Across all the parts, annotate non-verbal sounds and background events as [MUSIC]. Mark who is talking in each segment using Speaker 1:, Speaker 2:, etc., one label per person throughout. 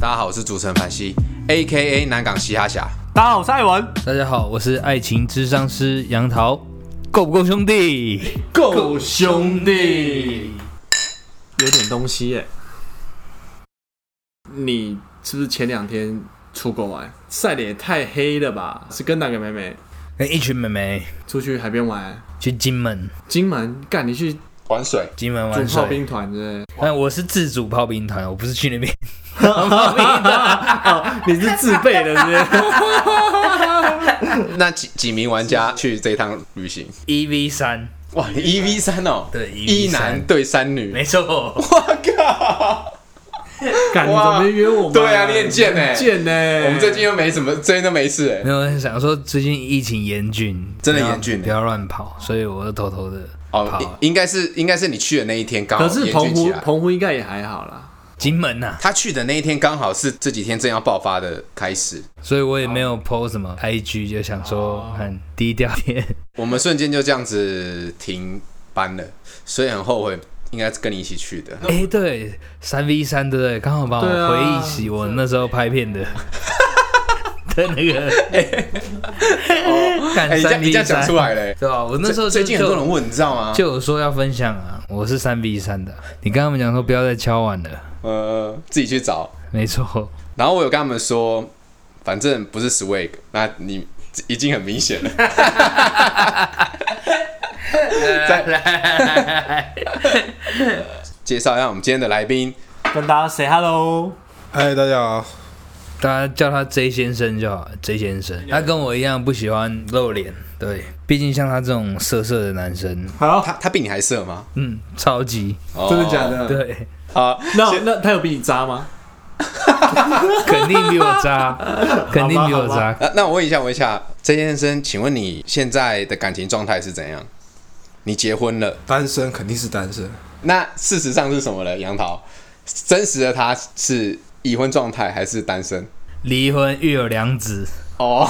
Speaker 1: 家好，我是主持人凡西，A K A 南港嘻哈侠。
Speaker 2: 大家好，我是艾文。
Speaker 3: 大家好，我是爱情智商师杨桃，够不够兄弟？
Speaker 2: 够兄弟，有点东西耶、你是不是前两天出国玩，晒得也太黑了吧？是跟哪个妹妹
Speaker 3: 跟哎一群妹妹
Speaker 2: 出去海边玩？
Speaker 3: 去金门，
Speaker 2: 金门干，你去
Speaker 1: 玩水，
Speaker 3: 金门
Speaker 2: 组
Speaker 3: 玩
Speaker 2: 炮
Speaker 3: 水。
Speaker 2: 兵团对不对？
Speaker 3: 但我是自主炮兵团，我不是去那边炮兵团。
Speaker 2: [LAUGHS] 哦，你是自备的是不
Speaker 3: [LAUGHS]
Speaker 2: 是？
Speaker 1: 那几几名玩家去这一趟旅行？
Speaker 3: 一 E v 三，
Speaker 1: 哇，你一 v 三哦，
Speaker 3: 对1 v
Speaker 1: 一男
Speaker 3: 三
Speaker 1: 对三女，
Speaker 3: 没错。
Speaker 1: 我靠！
Speaker 2: 干，你怎么没约我们？
Speaker 1: 对啊你很贱欸
Speaker 2: 很贱呢、
Speaker 3: 哎
Speaker 1: 我们最近又没什么，最近都没事哎
Speaker 3: 没。有想说最近疫情严峻，
Speaker 1: 真的
Speaker 3: 不要
Speaker 1: 严峻
Speaker 3: 不要乱跑，所以我就偷偷的
Speaker 1: 哦，
Speaker 3: 跑。
Speaker 1: 应应该是应该是你去的那一天刚好
Speaker 2: 可是
Speaker 1: 严
Speaker 2: 澎
Speaker 1: 峻起
Speaker 2: 湖
Speaker 1: 来。
Speaker 2: 澎湖应该也还好啦。
Speaker 3: 金门啊呐、
Speaker 1: 他去的那一天刚好是这几天正要爆发的开始，
Speaker 3: 所以我也没有 PO 什么 IG，就想说
Speaker 2: 哦
Speaker 3: 很低调点。
Speaker 1: 我们瞬间就这样子停班了，所以很后悔，应该是跟你一起去的。
Speaker 3: 哎、对，三 v 三，对不对？刚好帮
Speaker 2: 对啊
Speaker 3: 我回忆起我那时候拍
Speaker 1: [LAUGHS]
Speaker 3: 片的的那个，哦干
Speaker 1: 哎哎，你这样你
Speaker 3: 三 v
Speaker 1: 这样讲
Speaker 3: 三
Speaker 1: 出，来嘞。
Speaker 3: 对吧？我那时候就
Speaker 1: 最最近很多人问，你知道吗？
Speaker 3: 就就有说要分享啊，我是三 v 三的。你跟他们讲说不要再敲碗了，
Speaker 1: 呃，自己去找。
Speaker 3: 没错，
Speaker 1: 然后我有跟他们说，反正不是 swag，那你已经很明显了。介绍一下我们今天的来宾，
Speaker 2: 跟大家 say hello，
Speaker 4: 嗨，大家好，
Speaker 3: 大家叫他 J 先生就好，J 先生。他跟我一样不喜欢露脸，对，毕竟像他这种色色的男生，
Speaker 2: 好，
Speaker 1: 他他比你还色吗？哦
Speaker 3: 嗯，超级
Speaker 2: 嗯真的假
Speaker 4: 哦
Speaker 2: 的？
Speaker 1: 嗯
Speaker 3: 对，
Speaker 1: 好，
Speaker 2: 那那他有比你渣吗？
Speaker 3: 肯定比我渣，肯定比我
Speaker 2: 好吧
Speaker 3: 渣，
Speaker 1: 那那我问一下，我问一下，这先生，请问你现在的感情状态是怎样？你结婚了？
Speaker 4: 单身肯定是单身，
Speaker 1: 那事实上是什么呢？杨桃，真实的他是已婚状态还是单身？
Speaker 3: 离婚育有两子。
Speaker 1: 哦，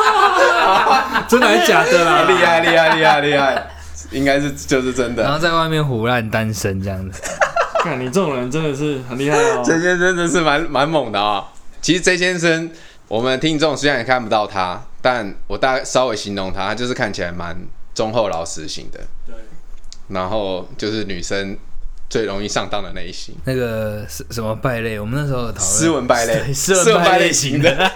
Speaker 2: [LAUGHS] 真的还是假的啦？
Speaker 1: 厉害厉害厉害厉害，应该是就是真
Speaker 3: 然
Speaker 2: 啊
Speaker 1: 的。
Speaker 3: 后在外面胡乱单身这样子。
Speaker 2: 看你这种人真的是很厉害 [LAUGHS] 哦。
Speaker 1: 这先生真的是蛮蛮猛的啊、其实这先生，我们听众虽然也看不到他，但我大概稍微形容他，他就是看起来蛮忠厚老实型的，
Speaker 2: 对，
Speaker 1: 然后就是女生最容易上当的那一型。
Speaker 3: 那个什什么败类，我们那时候有讨论
Speaker 1: 斯文败类，
Speaker 2: [LAUGHS]
Speaker 3: 对斯文败类型的，
Speaker 1: 的，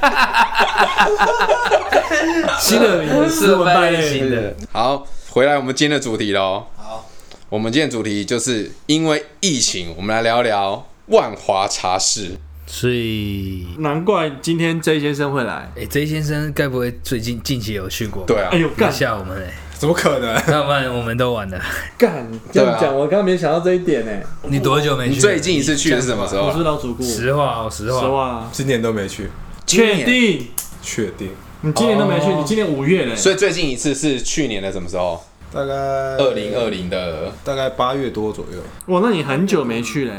Speaker 2: 新的名字斯文败类
Speaker 3: 型的。
Speaker 1: 好，回来我们今天的主题喽。好，我们今天的主题就是因为疫情，我们来聊聊万华茶室。
Speaker 3: 所以，
Speaker 2: 难怪今天 J 先生会来。
Speaker 3: 哎、j 先生该不会最近近期有去过吧？
Speaker 1: 对啊
Speaker 2: 哎，呦，
Speaker 3: 吓
Speaker 2: 干
Speaker 3: 吓我们哎、欸，
Speaker 4: 怎么可能？ [LAUGHS]
Speaker 3: 要不然我们都完了。
Speaker 2: 干，这
Speaker 1: 对啊
Speaker 2: 样讲，我刚刚没想到这一点呢。
Speaker 3: 你多久没去？
Speaker 1: 你最近一次去是什么时候
Speaker 2: 我
Speaker 1: 啊
Speaker 2: 是？老主顾，实
Speaker 3: 实话哦，实话，
Speaker 2: 话，
Speaker 4: 今年都没去，
Speaker 1: 今年
Speaker 2: 确定？
Speaker 4: 确定？
Speaker 2: 你今年都没去，
Speaker 3: 哦
Speaker 2: 你今年五月嘞。
Speaker 1: 所以最近一次是去年的什么时候？
Speaker 4: 大概
Speaker 1: 二零二，零的？
Speaker 4: 大概八月多左右。
Speaker 2: 哇，那你很久没去嘞。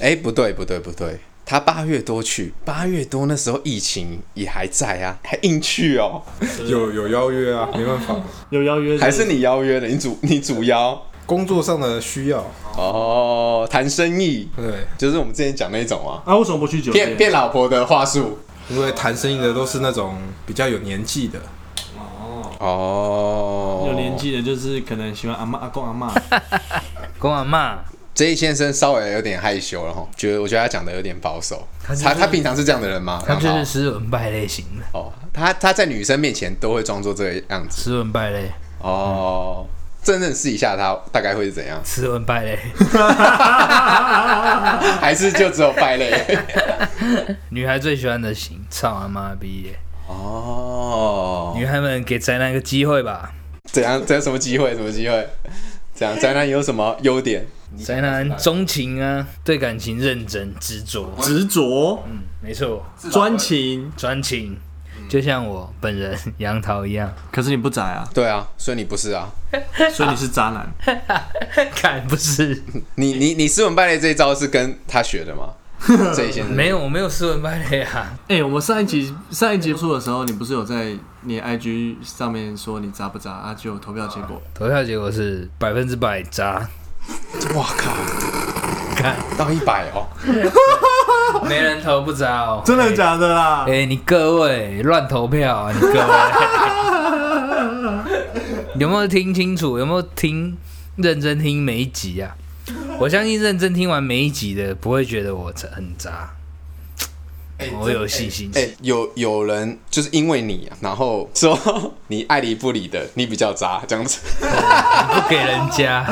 Speaker 1: 哎、不对不对不对，他八月多去，八月多那时候疫情也还在啊，还硬去哦，
Speaker 4: 有有邀约啊，没办法，
Speaker 2: 有邀约不
Speaker 1: 还是？你邀约的，你主你主邀
Speaker 4: 工作上的需要，
Speaker 1: 哦，谈生意
Speaker 4: 对，
Speaker 1: 就是我们之前讲那种啊，
Speaker 2: 啊，为什么不去酒
Speaker 1: 骗
Speaker 2: 店？
Speaker 1: 骗老婆的话术
Speaker 4: 因为谈生意的都是那种比较有年纪的，
Speaker 1: 哦，
Speaker 2: 有年。纪的，就是可能喜欢阿妈、阿公、阿妈。
Speaker 3: 跟我骂，
Speaker 1: 这一先生稍微有点害羞了哈，觉得我觉得他讲的有点保守。他
Speaker 3: 他就是
Speaker 1: 他平常是这样的人吗？
Speaker 3: 他就
Speaker 1: 杨
Speaker 3: 是
Speaker 1: 桃
Speaker 3: 斯文败类型的，
Speaker 1: 哦，他他在女生面前都会装作这个样子
Speaker 3: 斯文败类，，
Speaker 1: 哦。真认识一下他大概会是怎样
Speaker 3: [LAUGHS] 斯文败类，
Speaker 1: 还是就只有败类？ [LAUGHS]
Speaker 3: 女孩最喜欢的型，操他妈逼耶！
Speaker 1: 哦，
Speaker 3: 女孩们给宅男一个机会吧，
Speaker 1: 怎样？怎样？什么机会？什么机会？怎样？宅男有什么优点？
Speaker 3: 宅男钟情啊，对感情认真执着，
Speaker 2: 执着、
Speaker 3: 嗯，没错，
Speaker 2: 专情，
Speaker 3: 专情，就像我本人杨桃一 [LAUGHS] 样，
Speaker 2: 可是你不宅啊，
Speaker 1: 对啊，所以你不是啊，
Speaker 2: 所以你是渣男。
Speaker 3: 看不是，
Speaker 1: 你你你斯文败类这一招是跟他学的
Speaker 3: [LAUGHS]
Speaker 1: 吗？这一先生
Speaker 3: 没有，我没有斯文败类啊，
Speaker 2: 哎、我们上一集上一集出的时候，你不是有在你 IG 上面说你渣不渣啊？就有投票结
Speaker 1: 哦
Speaker 2: 果，
Speaker 3: 投票结果是百分之百渣，
Speaker 1: 哇靠，
Speaker 3: 看
Speaker 1: 到一百哦，
Speaker 3: 没人投不哦着，
Speaker 2: 真的假的啦
Speaker 3: 哎、？你各位乱投票啊！你各 [LAUGHS] 位有没有听清楚？有没有听认真听每一集啊？我相信认真听完每一集的，不会觉得我很渣。我有信心。
Speaker 1: 哎、有有人就是因为你、啊，然后
Speaker 3: [LAUGHS]
Speaker 1: 说你爱理不理的，你比较渣这样子。
Speaker 3: 不给人家，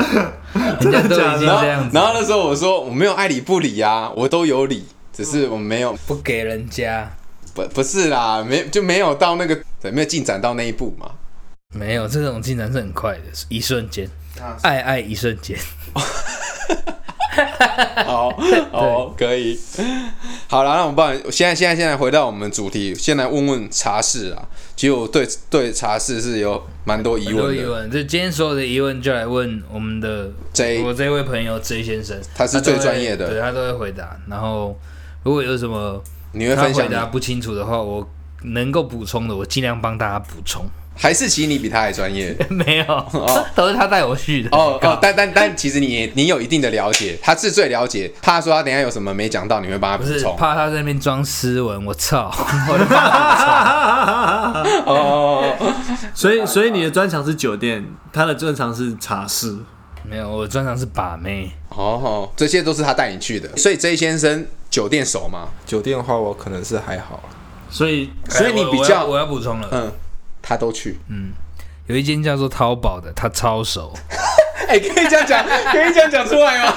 Speaker 3: 人家都已经
Speaker 1: 然后
Speaker 3: 这样子
Speaker 1: 然，后那时候我说我没有爱理不理啊，我都有理，只
Speaker 3: 哦
Speaker 1: 是我没有
Speaker 3: 不给人家，
Speaker 1: 不不是啦，没就没有到那个对，没有进展到那一步嘛。
Speaker 3: 没有这种进展是很快的，一瞬间，爱爱一瞬间。
Speaker 1: 好， [LAUGHS] 哦，可以。好了，那我们不然现在现在现在回到我们主题，先来问问茶室啊。其实我对对茶室是有蛮多疑
Speaker 3: 很多
Speaker 1: 问
Speaker 3: 疑
Speaker 1: 的，
Speaker 3: 问，就今天所有的疑问就来问我们的
Speaker 1: J
Speaker 3: 我这位朋友 J 先生，
Speaker 1: 他是最
Speaker 3: 都会
Speaker 1: 专业的
Speaker 3: 对他都会回答。然后如果有什么
Speaker 1: 你会
Speaker 3: 他
Speaker 1: 分享
Speaker 3: 回
Speaker 1: 你
Speaker 3: 答不清楚的话，我能够补充的，我尽量帮大家补
Speaker 1: [LAUGHS]
Speaker 3: 充。
Speaker 1: 还是其实你比他还专业
Speaker 3: 没有，都是他带我去的。
Speaker 1: 哦哦，但但但其实你也你有一定的了解，他是最了解，怕说他等一下有什么没讲到，你会帮他
Speaker 3: 不
Speaker 1: 补
Speaker 3: 是
Speaker 1: 充。
Speaker 3: 怕他在那边装斯文，我操！我的
Speaker 1: 哦，
Speaker 2: 所以所以你的专长是酒店，他的专长是茶室。
Speaker 3: 没有，我专长是把妹。
Speaker 1: 哦，这些都是他带你去的，所以 J 先生酒店熟吗？
Speaker 4: 酒店的话，我可能是还好啊，
Speaker 2: 所以
Speaker 1: 所以你
Speaker 3: 哎我
Speaker 1: 比较
Speaker 3: 我要我要补充了，
Speaker 1: 嗯，他都去。
Speaker 3: 有一间叫做淘宝的，他超熟。
Speaker 1: [LAUGHS] 哎、可以这样讲，可以这样讲出来哦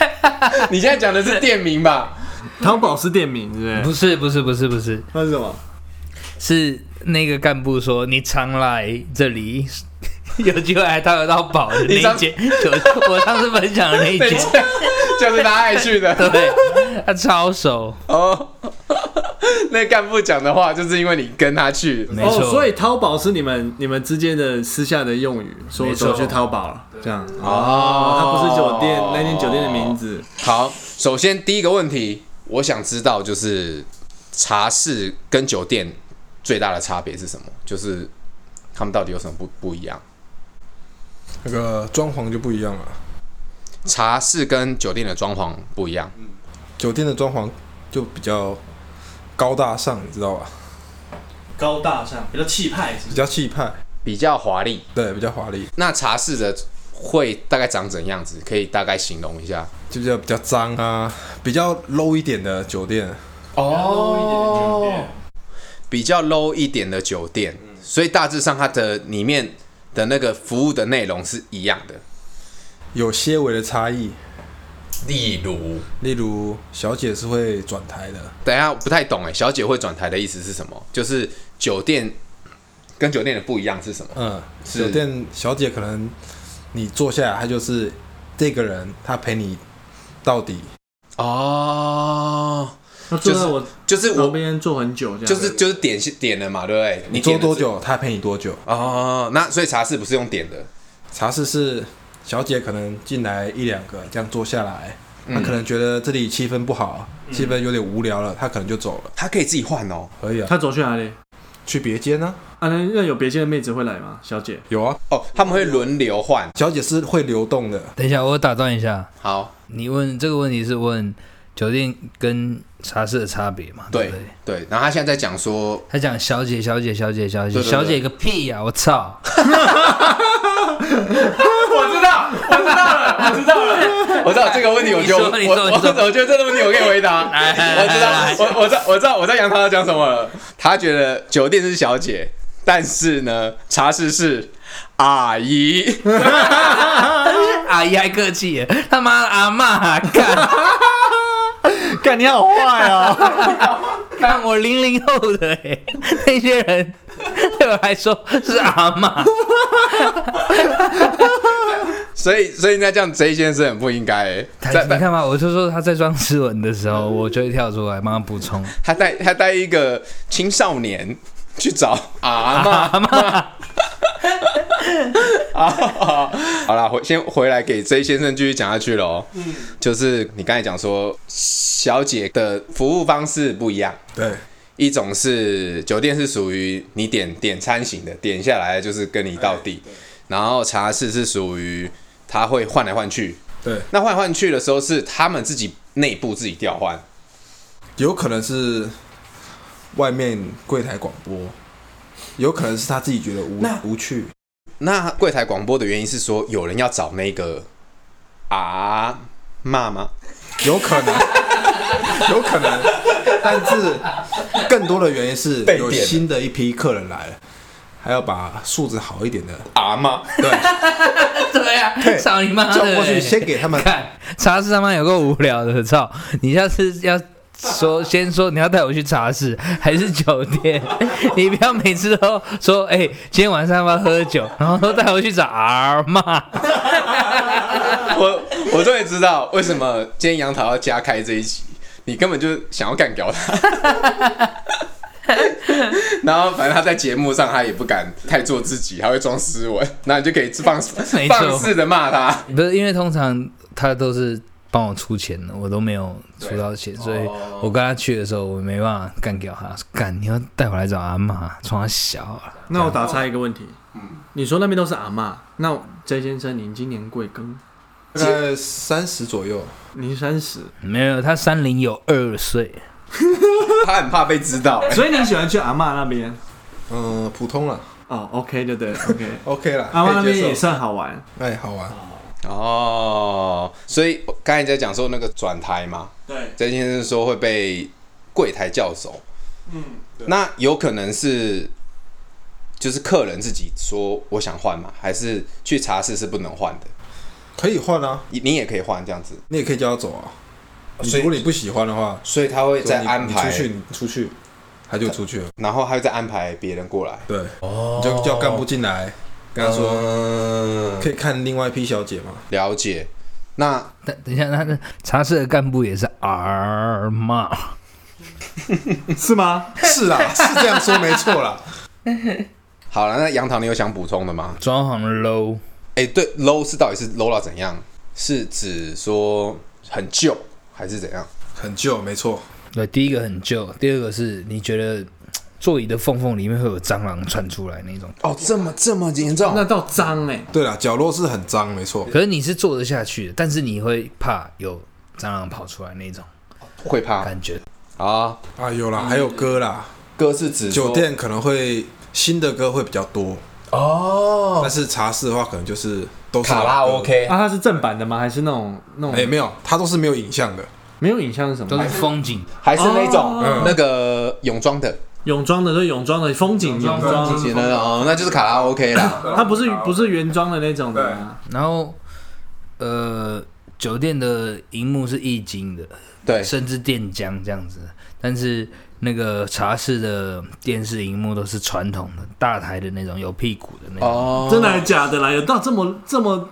Speaker 1: [LAUGHS] 吗？你现在讲的是店名吧？
Speaker 2: 淘宝是哦店名，对不对？
Speaker 3: 不是不是不是不是，
Speaker 2: 那是什么？
Speaker 3: 是那个干部说你常来这里。 [LAUGHS] 有机会还到得到宝的
Speaker 1: 你
Speaker 3: 那
Speaker 1: 上
Speaker 3: 一间，就 [LAUGHS] 我上次分享的那一
Speaker 1: 对
Speaker 3: 间，，
Speaker 1: [LAUGHS] 就是他爱去的。
Speaker 3: 对，他超熟，
Speaker 1: 哦， [LAUGHS] 那干部讲的话，就是因为你跟他去。
Speaker 3: 没
Speaker 2: 哦，
Speaker 3: 错，
Speaker 2: 所以淘宝是你们你们之间的私下的用语，说
Speaker 3: 没错
Speaker 2: 走去淘宝了，这样。
Speaker 1: 哦
Speaker 2: 哦，它不是酒店那间酒店的名字。
Speaker 1: 好，首先第一个问题，我想知道就是茶室跟酒店最大的差别是什么？就是他们到底有什么不不一样？
Speaker 4: 那个装潢就不一样了。
Speaker 1: 茶室跟酒店的装潢不一样，
Speaker 4: 酒店的装潢就比较高大上，你知道吧？
Speaker 2: 高大上，比较气派，
Speaker 4: 比较气派，
Speaker 1: 比较华丽。
Speaker 4: 对，比较华丽，
Speaker 1: 那茶室的会大概长怎样子？可以大概形容一下。
Speaker 4: 就比较比较脏啊，比较 low 一点的酒店。
Speaker 1: 哦，比较 low 一点的酒店，所以大致上它的里面的那个服务的内容是一样的。
Speaker 4: 有些微的差异，
Speaker 1: 例如，
Speaker 4: 例如小姐是会转台的，
Speaker 1: 等一下不太懂哎，小姐会转台的意思是什么？就是酒店跟酒店的不一样是什么？
Speaker 4: 嗯，
Speaker 1: 是
Speaker 4: 酒店小姐可能你坐下来，她就是这个人，她陪你到底，
Speaker 1: 哦，
Speaker 2: 他坐在我
Speaker 1: 就是
Speaker 2: 旁
Speaker 1: 我
Speaker 2: 边坐很久，这样。
Speaker 1: 就是就是点是点了嘛，对不对？
Speaker 4: 你坐
Speaker 1: 点的
Speaker 4: 多
Speaker 1: 是？
Speaker 4: 久，她陪你多久。
Speaker 1: 哦，那所以茶室不是用点的，
Speaker 4: 茶室是小姐可能进来一两个，这样坐下来，她可能觉得这里气氛不好，气氛有点无聊了，她可能就走了。
Speaker 1: 它可以自己换哦。
Speaker 4: 可以啊，
Speaker 2: 他走去哪里？
Speaker 4: 去别间呢？
Speaker 2: 啊，那那有别间的妹子会来吗？小姐，
Speaker 4: 有啊，
Speaker 1: 哦，他们会轮流换。
Speaker 4: 小姐是会流动的，
Speaker 3: 等一下我打断一下，
Speaker 1: 好，
Speaker 3: 你问这个问题是问酒店跟茶室的差别嘛？对
Speaker 1: 对
Speaker 3: 不对？
Speaker 1: 对，然后他现在在讲说，
Speaker 3: 他讲小姐，小姐，小姐，小姐，
Speaker 1: 对对对
Speaker 3: 小姐个屁呀、我操！
Speaker 1: 我知道，我知道了，我知道了，我知道这个问题，我就我
Speaker 3: 你说
Speaker 1: 我
Speaker 3: 你说
Speaker 1: 我我觉得这个问题我可以回答，
Speaker 3: 哎哎哎
Speaker 1: 我知道，我我知道我知道我在杨涛要讲什么了。他觉得酒店是小姐，但是呢，茶室是阿姨。
Speaker 3: [LAUGHS] 阿姨还客气耶，他妈的阿妈 [LAUGHS] 干
Speaker 2: 干你好坏啊！
Speaker 3: 哦 [LAUGHS] 干我零零后的哎，那些人对我来说是阿 [LAUGHS] 妈，
Speaker 1: 所以所以那这样 J 先生很不应该欸，
Speaker 3: 他
Speaker 1: 在
Speaker 3: 你看嘛，我就说他在装斯文的时候，我就会跳出来帮他补充。
Speaker 1: 他带他带一个青少年去找 [LAUGHS] 阿妈。[LAUGHS]
Speaker 3: 阿妈，
Speaker 1: 啊，好啦，回先回来给 J 先生继续讲下去了哦。嗯，就是你刚才讲说，小姐的服务方式不一样，
Speaker 4: 对，
Speaker 1: 一种是酒店是属于你点点餐型的，点下来就是跟你到底，然后茶室是属于他会换来换去，
Speaker 4: 对，
Speaker 1: 那换来换去的时候是他们自己内部自己调换，
Speaker 4: 有可能是外面柜台广播，有可能是他自己觉得无
Speaker 1: 那
Speaker 4: 无趣。
Speaker 1: 那柜台广播的原因是说有人要找那个啊骂吗？
Speaker 4: 有可能， [LAUGHS] 有可能，但是更多的原因是
Speaker 1: 被
Speaker 4: 有
Speaker 1: 点了
Speaker 4: 新的一批客人来了，还要把素质好一点的，
Speaker 1: 啊骂，
Speaker 4: 对，
Speaker 3: [LAUGHS] 对啊，操你妈的！
Speaker 4: 叫过去先给他们
Speaker 3: 看茶室他妈有够无聊的，操！你下次要说先说你要带我去茶室 [LAUGHS] 还是酒店， [LAUGHS] 你不要每次都说哎、今天晚上要不要喝酒，然后都带我去找阿妈。
Speaker 1: [LAUGHS]
Speaker 3: [LAUGHS]
Speaker 1: 我我终于知道为什么今天杨桃要加开这一集，你根本就想要干掉他。 [LAUGHS] 然后反正他在节目上他也不敢太做自己，他会装斯文，那你就可以放
Speaker 3: 没错
Speaker 1: 放肆的骂他。
Speaker 3: 不是因为通常他都是帮我出钱的，我都没有出到钱，
Speaker 4: 哦
Speaker 3: 所以我跟他去的时候我没办法干掉他，干你要带我来找阿妈，从他小啊
Speaker 2: 那我打岔一个问题，你说那边都是阿嬷，那 J 先生您今年贵庚？
Speaker 4: 大概三十左右，
Speaker 2: 您三十，
Speaker 3: 没有他三零有二岁。
Speaker 1: 他很怕被知道、欸
Speaker 2: 所以你喜欢去阿嬷那边？
Speaker 4: 嗯、普通了
Speaker 2: 哦，OK 就对了，OK。
Speaker 4: ，OK 了，
Speaker 2: 阿嬷那
Speaker 4: 可以
Speaker 2: 边
Speaker 4: 接
Speaker 2: 也
Speaker 4: 受，
Speaker 2: 算好玩，
Speaker 4: 哎，好玩，
Speaker 1: 哦。所以我刚才在讲说那个转台嘛，
Speaker 2: 对，
Speaker 1: 这先生说会被柜台叫走，嗯，那有可能是就是客人自己说我想换嘛，还是去茶室是不能换的，
Speaker 4: 可以换啊，
Speaker 1: 你你也可以换这样子，
Speaker 4: 你也可以叫他走啊。
Speaker 1: 所以
Speaker 4: 如果你不喜欢的话，
Speaker 1: 所以他会再
Speaker 4: 你
Speaker 1: 安排
Speaker 4: 你出，去，你出去，他就出去了，
Speaker 1: 然后他会再安排别人过来，
Speaker 4: 对，你就叫干部进来，跟他说，
Speaker 1: 哦嗯，
Speaker 4: 可以看另外一批小姐吗？ [LAUGHS]
Speaker 1: 了解。那
Speaker 3: 等等一下，他的茶室的干部也是 R 嘛？
Speaker 2: 是吗？
Speaker 4: 是啦，是这样说没错啦。
Speaker 1: 好了，那杨桃你有想补充的吗？
Speaker 3: 装潢 low，
Speaker 1: 哎、对，low 是到底是 low 到怎样？是指说很旧还是怎样？
Speaker 4: 很旧，没错，
Speaker 3: 对，第一个很旧，第二个是你觉得嘖座椅的缝缝里面会有蟑螂窜出来那种，
Speaker 1: 哦，这么这么严重？
Speaker 2: 那到脏哎，
Speaker 4: 对啦，角落是很脏，没错，
Speaker 3: 可是你是坐得下去的，但是你会怕有蟑螂跑出来那种
Speaker 1: 会怕
Speaker 3: 感觉。
Speaker 1: 啊？
Speaker 4: 啊，有啦，还有歌啦，
Speaker 1: 歌是指说
Speaker 4: 酒店可能会新的歌会比较多，
Speaker 1: 哦，
Speaker 4: 但是茶室的话可能就是都是
Speaker 1: 卡拉
Speaker 4: 老歌。
Speaker 1: OK
Speaker 2: 啊，它是正版的吗？还是那种那
Speaker 4: 哎，
Speaker 2: 种
Speaker 4: 没有，它都是没有影像的，
Speaker 2: 没有影像是什
Speaker 3: 都
Speaker 2: 么
Speaker 3: 是？风景，
Speaker 1: 还是那种
Speaker 4: 嗯
Speaker 1: 那个泳装的
Speaker 2: 泳装的，对泳装的风景泳
Speaker 1: 之前
Speaker 2: 装，
Speaker 1: 的哦，那就是卡拉 OK
Speaker 2: [COUGHS]
Speaker 1: 啦。
Speaker 2: 它不是不是原装的那种的啊，
Speaker 3: 然后呃，酒店的荧幕是液晶的，
Speaker 1: 对，
Speaker 3: 甚至电浆这样子，但是那个茶室的电视荧幕都是传统的大台的那种，有屁股的那种。
Speaker 1: 哦，
Speaker 2: 真的还是假的啦？有到这么这么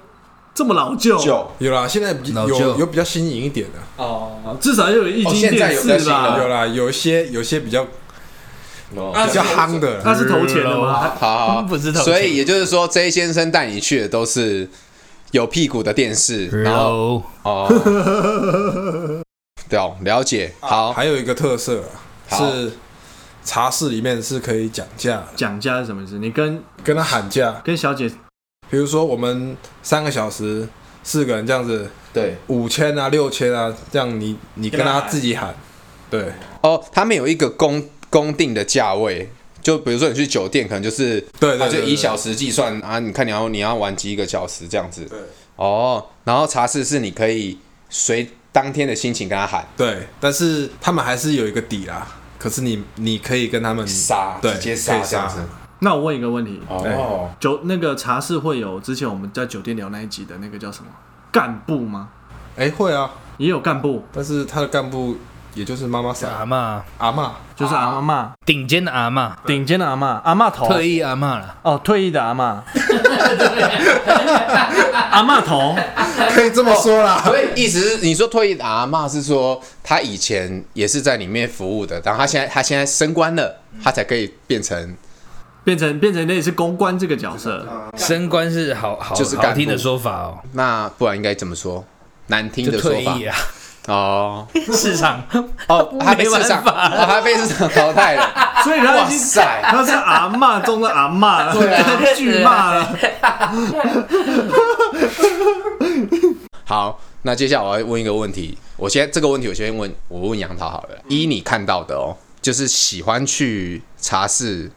Speaker 2: 这么老旧？
Speaker 1: 旧
Speaker 4: 有啦，现在比
Speaker 3: 老旧
Speaker 4: 有有比较新颖一点的，
Speaker 2: 哦，至少又有液晶
Speaker 1: 哦现在
Speaker 2: 电
Speaker 1: 有比较
Speaker 2: 视
Speaker 1: 新的
Speaker 2: 啦
Speaker 4: 有。啦，有一些有一些比较比
Speaker 1: 哦
Speaker 4: 较夯的啦，
Speaker 2: 那是投钱的吗？
Speaker 1: 好好，
Speaker 3: 不知道
Speaker 1: 所以也就是说，J 先生带你去的都是有屁股的电视，然后
Speaker 3: 后
Speaker 1: 哦，懂了解。好，
Speaker 4: 还有一个特色啦
Speaker 1: 好
Speaker 4: 是茶室里面是可以讲价的，
Speaker 2: 讲价是什么意思？你跟
Speaker 4: 跟他喊价，
Speaker 2: 跟小姐
Speaker 4: 比如说我们三个小时四个人这样子，
Speaker 1: 对
Speaker 4: 五千啊六千啊，这样你你跟他自己喊，对，
Speaker 1: 哦，他们有一个公公定的价位。就比如说你去酒店，可能就是
Speaker 4: 对对
Speaker 1: 啊
Speaker 4: 对
Speaker 1: 就
Speaker 4: 对
Speaker 1: 以小时计算啊，你看你要你要玩几个小时这样子。
Speaker 4: 对
Speaker 1: 哦，然后茶室是你可以随当天的心情跟他喊
Speaker 4: 对，但是他们还是有一个底啦。可是你你可以跟他们
Speaker 1: 杀，
Speaker 4: 对
Speaker 1: 直接
Speaker 4: 可
Speaker 1: 杀
Speaker 4: 以
Speaker 1: 这样子。
Speaker 2: 那我问一个问题，
Speaker 1: 哦，
Speaker 2: 酒那个茶室会有之前我们在酒店聊那一集的那个叫什么干部吗？
Speaker 4: 哎、会啊，
Speaker 2: 也有干部，
Speaker 4: 但是他的干部也就是妈妈
Speaker 3: 阿
Speaker 4: 桑
Speaker 3: 嬷，
Speaker 4: 阿嬷，
Speaker 1: 哦
Speaker 2: 就是阿
Speaker 1: 啊
Speaker 2: 嬷，
Speaker 3: 顶尖的阿嬷，
Speaker 2: 顶尖的阿嬷，阿嬷头
Speaker 3: 特意阿嬷啦，
Speaker 2: 哦，退役的
Speaker 1: [LAUGHS]
Speaker 2: 阿嬷，阿嬷头，
Speaker 1: 哎
Speaker 4: 可以这么说啦。
Speaker 1: 所以意思是你说退役的阿嬷是说她以前也是在里面服务的，然后她现在她现在升官了，她才可以变成
Speaker 2: 变成变成那也是公关这个角
Speaker 1: 啊
Speaker 2: 色，
Speaker 3: 升官是好好
Speaker 1: 就是干
Speaker 3: 好
Speaker 1: 部
Speaker 3: 听的说法哦，
Speaker 1: 那不然应该怎么说？难听
Speaker 3: 就
Speaker 1: 的说
Speaker 3: 退
Speaker 1: 法
Speaker 3: 役啊，
Speaker 1: 哦
Speaker 3: [LAUGHS] 市场
Speaker 1: 哦，她被
Speaker 4: [LAUGHS]
Speaker 1: 市场，
Speaker 3: 没办
Speaker 1: 哦她被市场淘汰了，
Speaker 2: 所以他
Speaker 1: 哇
Speaker 2: 已经
Speaker 1: 塞！
Speaker 2: 他是阿嬷中的阿嬷了，
Speaker 1: 对啊
Speaker 2: 巨骂了，
Speaker 1: 好，那接下来我要问一个问题，我先这个问题，我先问，我问杨桃好了。依你看到的哦，就是喜欢去茶室，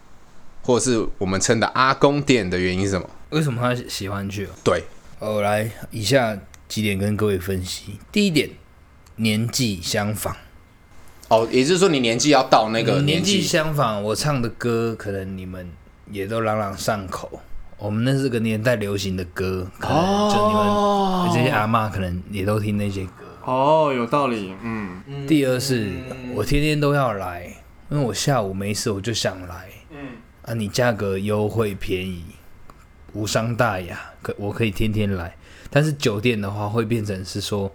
Speaker 1: 或者是我们称的阿公店的原因是什么？
Speaker 3: 为什么他喜欢去哦？
Speaker 1: 对，
Speaker 3: 哦，来以下几点跟各位分析。第一点，年纪相仿。
Speaker 1: 哦，也就是说你年纪要到那个
Speaker 3: 嗯
Speaker 1: 年
Speaker 3: 纪
Speaker 1: 纪，
Speaker 3: 相仿，我唱的歌可能你们也都朗朗上口。我们那是个年代流行的歌，可能就你们、
Speaker 1: 哦
Speaker 3: 这些阿嬷可能也都听那些歌。
Speaker 2: 哦，有道理，嗯，
Speaker 3: 第二是，我天天都要来，因为我下午没事我就想来。啊，你价格优惠便宜，无伤大雅，可我可以天天来。但是酒店的话，会变成是说，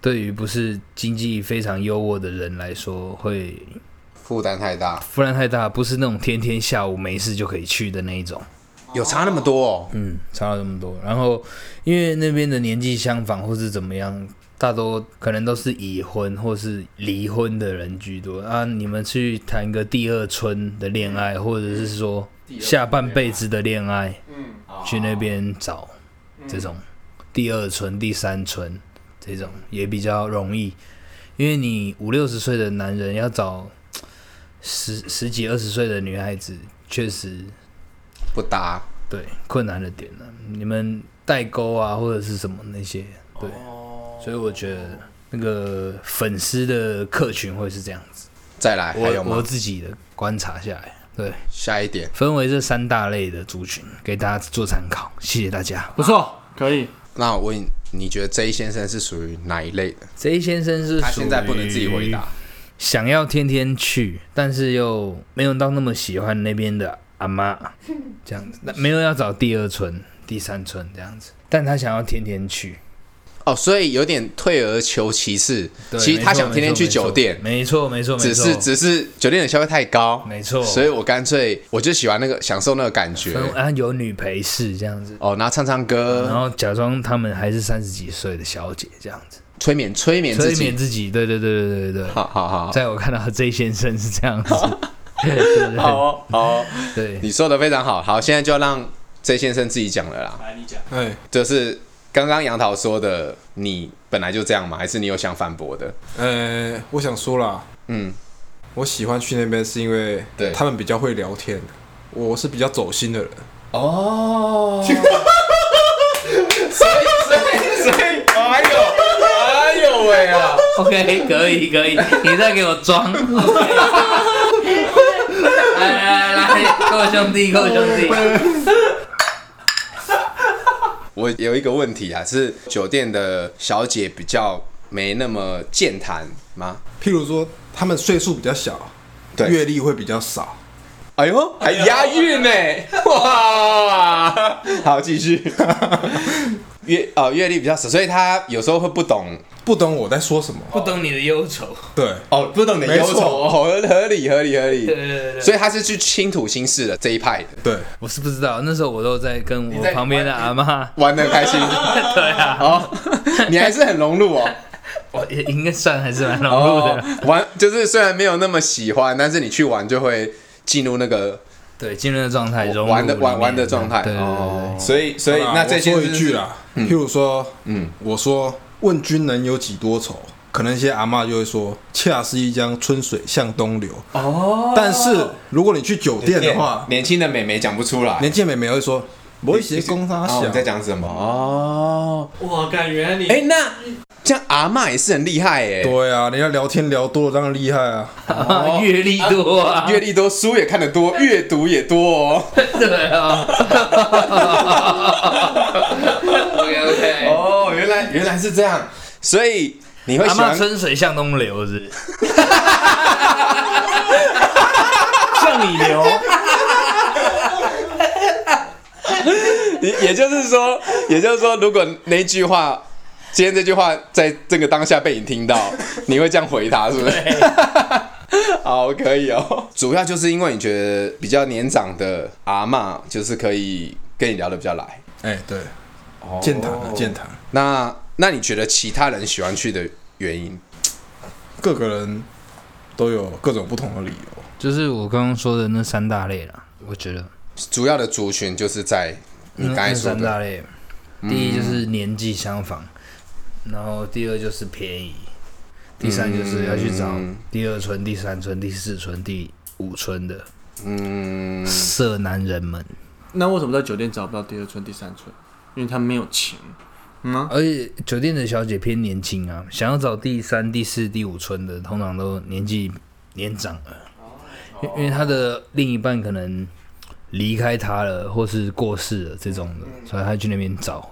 Speaker 3: 对于不是经济非常优渥的人来说，会
Speaker 1: 负担太大，
Speaker 3: 负担太大，不是那种天天下午没事就可以去的那一种。
Speaker 1: 有差那么多哦。
Speaker 3: 嗯，差了这么多。然后因为那边的年纪相仿或是怎么样，大多可能都是已婚或是离婚的人居多啊。你们去谈个第二春的恋爱，或者是说下半辈子的恋爱，嗯，去那边找这种第二春、第三春这种也比较容易，因为你五六十岁的男人要找十十几二十岁的女孩子，确实
Speaker 1: 不搭，
Speaker 3: 对困难的点呢、你们代沟啊，或者是什么那些，对，所以我觉得那个粉丝的客群会是这样子。
Speaker 1: 再来还有
Speaker 3: 我我
Speaker 1: 吗？
Speaker 3: 自己的观察下来，对，
Speaker 1: 下一点，
Speaker 3: 分为这三大类的族群，给大家做参考。谢谢大家。
Speaker 2: 不错，可以。
Speaker 1: 那我问你，你觉得 J 先生是属于哪一类的？
Speaker 3: 贼先生是
Speaker 1: 他现在不能自己回答，，
Speaker 3: 想要天天去，但是又没有到那么喜欢那边的
Speaker 1: [LAUGHS]
Speaker 3: 阿妈这样子，那没有要找第二村、第三村这样子，但他想要天天去。
Speaker 1: 哦，所以有点退而求其次。
Speaker 3: 对
Speaker 1: 其实他
Speaker 3: 没错
Speaker 1: 想天天去酒店，
Speaker 3: 没错没错，没错
Speaker 1: 只是
Speaker 3: 没错
Speaker 1: 只是酒店的消费太高，
Speaker 3: 没错
Speaker 1: 所以我干脆我就喜欢那个享受那个感觉
Speaker 3: 分啊有女陪侍这样子，
Speaker 1: 哦，然后唱唱
Speaker 3: 然
Speaker 1: 歌，
Speaker 3: 后假装他们还是三十几岁的小姐这样子，
Speaker 1: 催眠催眠自
Speaker 3: 催
Speaker 1: 己
Speaker 3: 眠。自己，对对对对对对对。
Speaker 1: 好好好，
Speaker 3: 在我看到 J 先生是这
Speaker 1: [LAUGHS]
Speaker 3: 样子，对对
Speaker 1: 好哦好哦，
Speaker 3: 对对，
Speaker 1: 你说的非常好。好，现在就要让 J 先生自己讲了啦。
Speaker 2: 来，你讲。
Speaker 4: 哎，
Speaker 1: 就是刚刚杨桃说的，你本来就这样吗？还是你有想反驳的？
Speaker 4: 呃，我想说啦，
Speaker 1: 嗯，
Speaker 4: 我喜欢去那边是因为
Speaker 1: 对
Speaker 4: 他们比较会聊天，我是比较走心的人。
Speaker 1: 哦， [LAUGHS] 所以所以所以，哎呦哎呦喂啊！
Speaker 3: OK，可以可以，你再给我
Speaker 1: [LAUGHS]
Speaker 3: 装。OK 哎来来哎来来，各位
Speaker 1: [LAUGHS]
Speaker 3: 兄弟，各位兄
Speaker 1: 哦
Speaker 3: 弟，
Speaker 1: 我有一个问题啊，是酒店的小姐比较没那么健谈吗？
Speaker 4: 譬如说，他们岁数比较小，
Speaker 1: 对
Speaker 4: 阅历会比较少。
Speaker 1: 哎呦，还押 [LAUGHS] 韵呢！哇，好，继续。阅哦，阅历比较少，所以她有时候会不懂
Speaker 4: 不懂我在说什么，
Speaker 3: 不懂你的忧愁。
Speaker 4: 对，
Speaker 1: 哦，不懂你的
Speaker 4: 没
Speaker 1: 忧
Speaker 4: 错
Speaker 1: 愁，哦合合理合理合理。
Speaker 3: 对对对对
Speaker 1: 所以他是去倾吐心事的这一派的，
Speaker 4: 对，
Speaker 3: 我是不知道，那时候我都在跟我
Speaker 1: 在
Speaker 3: 旁边的阿妈，
Speaker 1: 玩的 [LAUGHS] 开心
Speaker 3: 对啊，
Speaker 1: 哦，你还是很 [LAUGHS] 融入哦。
Speaker 3: 我也应该算还是蛮融入的啦。
Speaker 1: 玩就是虽然没有那么喜欢，但是你去玩就会进入那个
Speaker 3: 对，进入的状态，融入
Speaker 1: 玩的
Speaker 3: 里面
Speaker 1: 玩玩的状态
Speaker 3: 对对对
Speaker 1: 哦。所以所以
Speaker 4: 好啦
Speaker 1: 那
Speaker 4: 我
Speaker 1: 这件
Speaker 4: 说
Speaker 1: 事
Speaker 4: 一句啦，譬如说，
Speaker 1: 嗯
Speaker 4: 嗯，我说问君能有几多愁，可能一些阿嬷就会说，恰是一江春水向东流。哦，但是如果你去酒店的话，
Speaker 1: 年轻的美眉讲不出来。
Speaker 4: 年纪美眉会说，我一些工商
Speaker 1: 哦
Speaker 4: 小
Speaker 1: 你在，讲什么？哦，
Speaker 2: 哇，感原来你
Speaker 1: 哎、那这样阿嬷也是很厉害哎、
Speaker 4: 对啊，人家聊天聊多了当然厉害啊。
Speaker 3: [LAUGHS] 啊阅历多啊，
Speaker 1: 阅历多，书也看得多，阅读也多
Speaker 4: [LAUGHS]
Speaker 1: 哦。
Speaker 3: [LAUGHS] 对啊。OK OK。
Speaker 1: 哦，原来原来是这样，所以你会
Speaker 3: 阿
Speaker 1: 喜
Speaker 3: 妈
Speaker 1: 欢
Speaker 3: 春水向东流是 [LAUGHS] 不是，向你流。
Speaker 1: 也也就是说，也就是说，如果那一句话，今天这句话在这个当下被你听到，你会这样回他，是不是？ [LAUGHS] 好，可以哦。主要就是因为你觉得比较年长的阿嬷，就是可以跟你聊得比较来。
Speaker 4: 哎，对，
Speaker 1: 哦
Speaker 4: 健谈啊，健谈，
Speaker 1: 那那你觉得其他人喜欢去的原因？
Speaker 4: 各个人都有各种不同的理由。
Speaker 3: 就是我刚刚说的那三大类啦，我觉得
Speaker 1: 主要的族群就是在你刚才
Speaker 3: 那
Speaker 1: 说
Speaker 3: 三
Speaker 1: 的嗯
Speaker 3: 大类，第一就是年纪相仿，然后第二就是便宜，第三就是要去找
Speaker 1: 嗯
Speaker 3: 第二村、第三村、第四村、第五村的
Speaker 1: 嗯，
Speaker 3: 色男人们，
Speaker 2: 那为什么在酒店找不到第二村、第三村？因为他没有钱。嗯，
Speaker 3: 而且酒店的小姐偏年轻啊，想要找第三、第四、第五村的，通常都年纪年长了，
Speaker 1: 哦
Speaker 3: 因因为他的另一半可能离开他了，或是过世了这种的，
Speaker 1: 嗯
Speaker 3: 所以他去那边找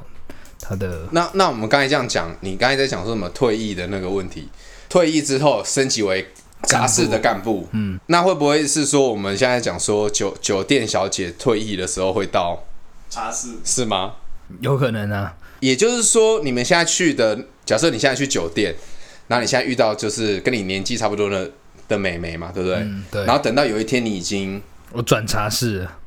Speaker 3: 他的
Speaker 1: 那那我们刚才这样讲，你刚才在讲说什么退役的那个问题？退役之后升级为杂事的干部，嗯，那会不会是说我们现在讲说酒酒店小姐退役的时候会到
Speaker 2: 茶室
Speaker 1: 是吗？
Speaker 3: 有可能啊，
Speaker 1: 也就是说，你们现在去的，假设你现在去酒店，然后你现在遇到就是跟你年纪差不多的的美眉嘛，对不对？
Speaker 3: 嗯，对，
Speaker 1: 然后等到有一天你已经
Speaker 3: 我转茶室了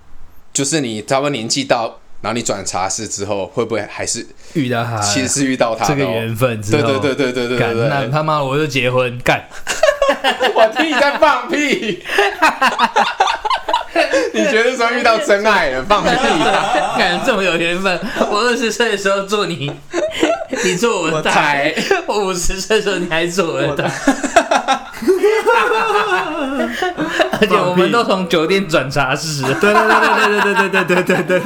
Speaker 1: 就是你差不多年纪到，然后你转茶室之后，会不会还是
Speaker 3: 遇到他了，
Speaker 1: 其实是遇到她的、
Speaker 3: 这
Speaker 1: 哦？
Speaker 3: 个缘分之
Speaker 1: 对对
Speaker 3: 后，
Speaker 1: 对对对对
Speaker 3: 干
Speaker 1: 对
Speaker 3: 那
Speaker 1: 对，
Speaker 3: 他妈我就结婚干，
Speaker 1: [LAUGHS] 我听你在放屁。你觉得说遇到真爱了，放屁啊！
Speaker 3: 干这么有缘分，我二十岁的时候
Speaker 1: [LAUGHS]
Speaker 3: 做你，你做我的大爷，我五十岁的时候你还做我的大爷，而且我们都从酒店转茶室，
Speaker 2: 对对对对对对对对对对对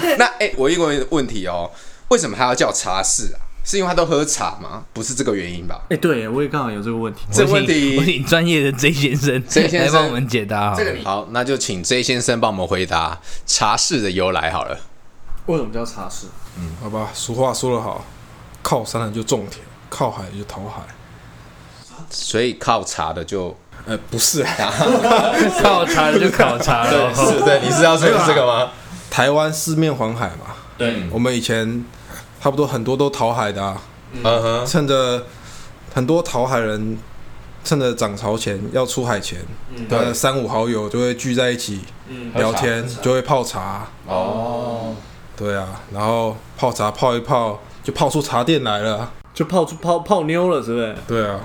Speaker 2: 对。
Speaker 1: 那哎、我一个问题哦，为什么还要叫茶室啊？是因为他都喝茶吗？不是这个原因吧？
Speaker 2: 哎，对我也刚好有这个问题。
Speaker 1: [LAUGHS] 这问题
Speaker 3: 我请专业的 J 先生
Speaker 1: J 先生
Speaker 3: 来帮我们解答哦好了，
Speaker 1: 好，那就请 J 先生帮我们回答茶室的由来好了。
Speaker 2: 为什么叫茶室？
Speaker 4: 好吧，俗话说得好，靠山的就种田，靠海的就讨海。
Speaker 1: 所以靠茶的就
Speaker 4: 呃，不是啊，
Speaker 3: 考察了就考察了，哦
Speaker 1: 对，你是要说这个吗？
Speaker 4: [LAUGHS] 台湾四面环海嘛，
Speaker 2: 对，
Speaker 4: 我们以前差不多很多都讨海的啊，
Speaker 1: 嗯哼，
Speaker 4: 趁着很多讨海人趁着涨潮前要出海前，
Speaker 1: 对
Speaker 4: 呃，三五好友就会聚在一起
Speaker 2: 嗯
Speaker 4: 聊
Speaker 1: 茶
Speaker 4: 天，就会泡茶，
Speaker 1: 哦，
Speaker 4: 对啊，然后泡茶泡一泡就泡出茶店来了，
Speaker 2: 就泡出泡泡妞了，是不是？
Speaker 4: 对啊，